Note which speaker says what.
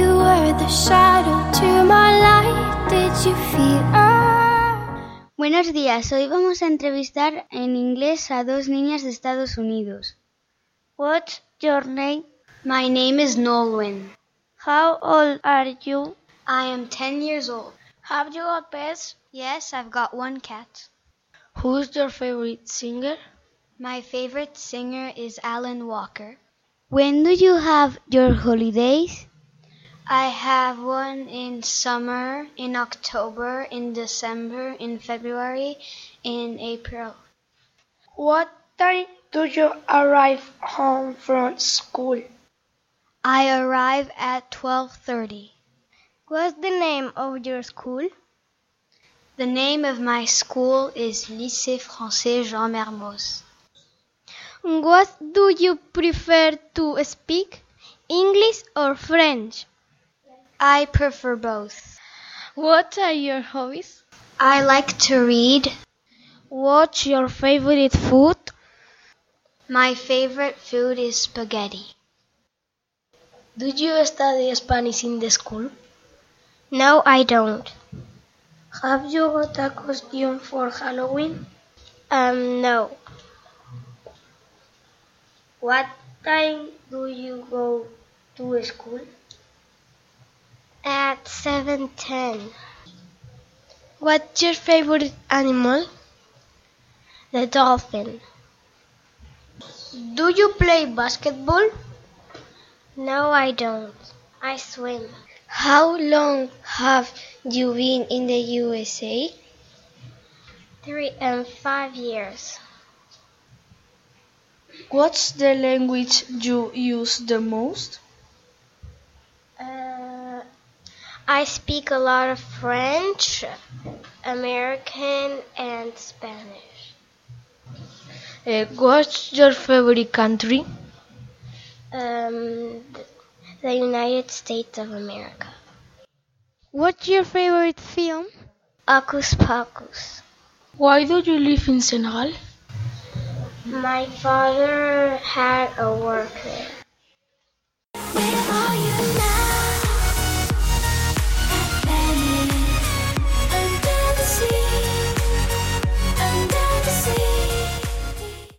Speaker 1: the shadow to my light. Did you feel
Speaker 2: Buenos días, hoy vamos a entrevistar en inglés a dos niñas de Estados Unidos.
Speaker 3: What's your name?
Speaker 2: My name is Nolwenn.
Speaker 3: How old are you?
Speaker 2: I am 10 years old.
Speaker 3: Have you got pets?
Speaker 2: Yes, I've got one cat.
Speaker 3: Who's your favorite singer?
Speaker 2: My favorite singer is Alan Walker. When do you have your holidays? I have one in summer, in October, in December, in February, in April.
Speaker 3: What time do you arrive home from school?
Speaker 2: I arrive at 12:30.
Speaker 3: What's the name of your school?
Speaker 2: The name of my school is Lycée Français Jean Mermoz.
Speaker 3: What do you prefer to speak, English or French?
Speaker 2: I prefer both.
Speaker 3: What are your hobbies?
Speaker 2: I like to read.
Speaker 3: What's your favorite food?
Speaker 2: My favorite food is spaghetti.
Speaker 3: Do you study Spanish in the school?
Speaker 2: No, I don't.
Speaker 3: Have you got a costume for Halloween?
Speaker 2: Um, no.
Speaker 3: What time do you go to school?
Speaker 2: At 7:10.
Speaker 3: What's your favorite animal?
Speaker 2: The dolphin.
Speaker 3: Do you play basketball?
Speaker 2: No, I don't. I swim.
Speaker 3: How long have you been in the USA?
Speaker 2: Three and five years.
Speaker 3: What's the language you use the most?
Speaker 2: Uh, I speak a lot of French, American, and Spanish.
Speaker 3: Uh, what's your favorite country?
Speaker 2: Um, the United States of America.
Speaker 3: What's your favorite film?
Speaker 2: Acus Pacus.
Speaker 3: Why do you live in Senegal?
Speaker 2: My father had a work there.